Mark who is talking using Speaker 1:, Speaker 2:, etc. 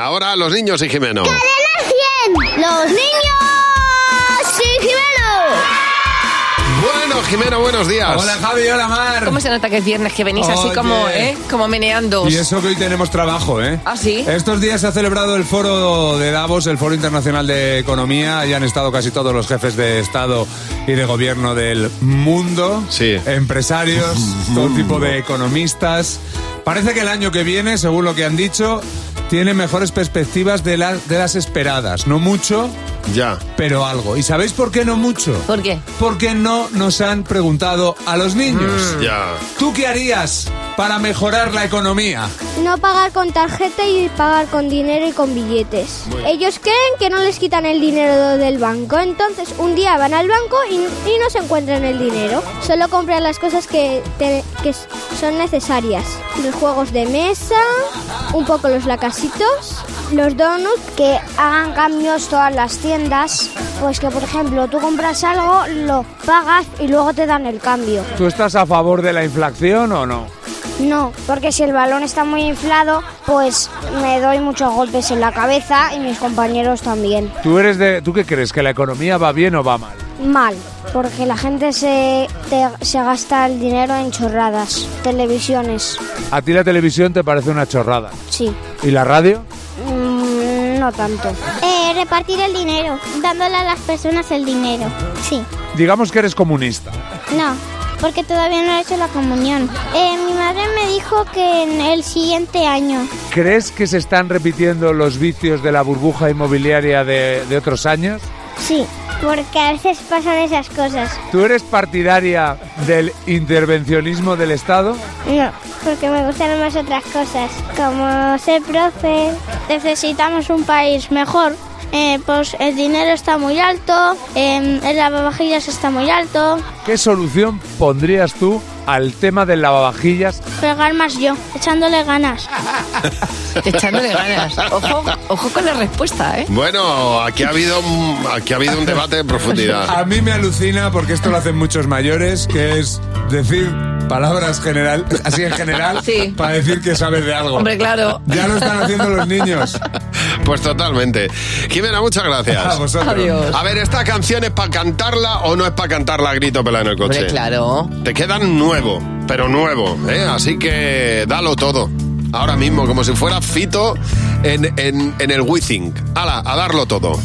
Speaker 1: Ahora los niños y Jimeno.
Speaker 2: ¡Cadena 100! ¡Los niños! ¡Sí, Jimeno!
Speaker 1: Bueno, Jimeno, buenos días.
Speaker 3: Hola Javi, hola Mar.
Speaker 4: ¿Cómo se nota que es viernes que venís así
Speaker 3: Oye.
Speaker 4: como, eh? Como meneando.
Speaker 3: Y eso que hoy tenemos trabajo, ¿eh?
Speaker 4: ¿Ah, sí?
Speaker 3: Estos días se ha celebrado el foro de Davos, el Foro Internacional de Economía, y han estado casi todos los jefes de Estado y de Gobierno del mundo,
Speaker 1: Sí.
Speaker 3: empresarios, todo tipo de economistas. Parece que el año que viene, según lo que han dicho, tiene mejores perspectivas de, la- de las esperadas. No mucho,
Speaker 1: Ya.
Speaker 3: pero algo. ¿Y sabéis por qué no mucho?
Speaker 4: ¿Por qué?
Speaker 3: Porque no nos han preguntado a los niños.
Speaker 1: Ya.
Speaker 3: ¿Tú qué harías para mejorar la economía?
Speaker 2: No pagar con tarjeta y pagar con dinero y con billetes. Ellos creen que no les quitan el dinero del banco, entonces un día van al banco y, y no se encuentran el dinero. Solo compran las cosas que, te- que s- son necesarias. Los juegos de mesa, un poco los lacasitos, los donuts.
Speaker 5: que hagan cambios todas las tiendas, pues que por ejemplo tú compras algo, lo pagas y luego te dan el cambio.
Speaker 3: ¿Tú estás a favor de la inflación o no?
Speaker 5: No, porque si el balón está muy inflado, pues me doy muchos golpes en la cabeza y mis compañeros también.
Speaker 3: ¿Tú eres de tú qué crees que la economía va bien o va mal?
Speaker 5: Mal, porque la gente se, te- se gasta el dinero en chorradas, televisiones,
Speaker 3: A ti la televisión te parece una chorrada.
Speaker 5: sí,
Speaker 3: ¿Y la radio?
Speaker 5: Mm, no tanto.
Speaker 2: Eh, repartir el dinero, dándole a las personas el dinero. Sí.
Speaker 3: Digamos que eres comunista.
Speaker 2: No, porque todavía no he hecho la comunión. Eh, mi madre me dijo que en el siguiente año.
Speaker 3: ¿Crees que se están repitiendo los vicios de la burbuja inmobiliaria de, de otros años?
Speaker 2: Sí, porque a veces pasan esas cosas.
Speaker 3: ¿Tú eres partidaria del intervencionismo del Estado?
Speaker 2: No, porque me gustan más otras cosas, como ser profe. Necesitamos un país mejor. Eh, pues el dinero está muy alto, eh, el lavavajillas está muy alto.
Speaker 3: ¿Qué solución pondrías tú al tema del lavavajillas?
Speaker 2: Pegar más yo, echándole ganas.
Speaker 4: Te echándole ganas. Ojo, ojo con la respuesta, ¿eh?
Speaker 1: Bueno, aquí ha habido un, aquí ha habido un debate en profundidad.
Speaker 3: A mí me alucina porque esto lo hacen muchos mayores, que es decir palabras general, así en general,
Speaker 4: Sí.
Speaker 3: para decir que sabes de algo.
Speaker 4: Hombre, claro.
Speaker 3: Ya lo están haciendo los niños.
Speaker 1: Pues totalmente. Jimena, muchas
Speaker 3: A
Speaker 1: gracias.
Speaker 3: vosotros.
Speaker 4: Adiós.
Speaker 1: A ver, ¿esta canción es para cantarla o no es para cantarla a grito pelado en el coche?
Speaker 4: Hombre, claro.
Speaker 1: Te quedan nuevo, pero nuevo, ¿eh? Así que dalo todo. Ahora mismo, como si fuera Fito en, en, en el WeThink. Hala, a darlo todo.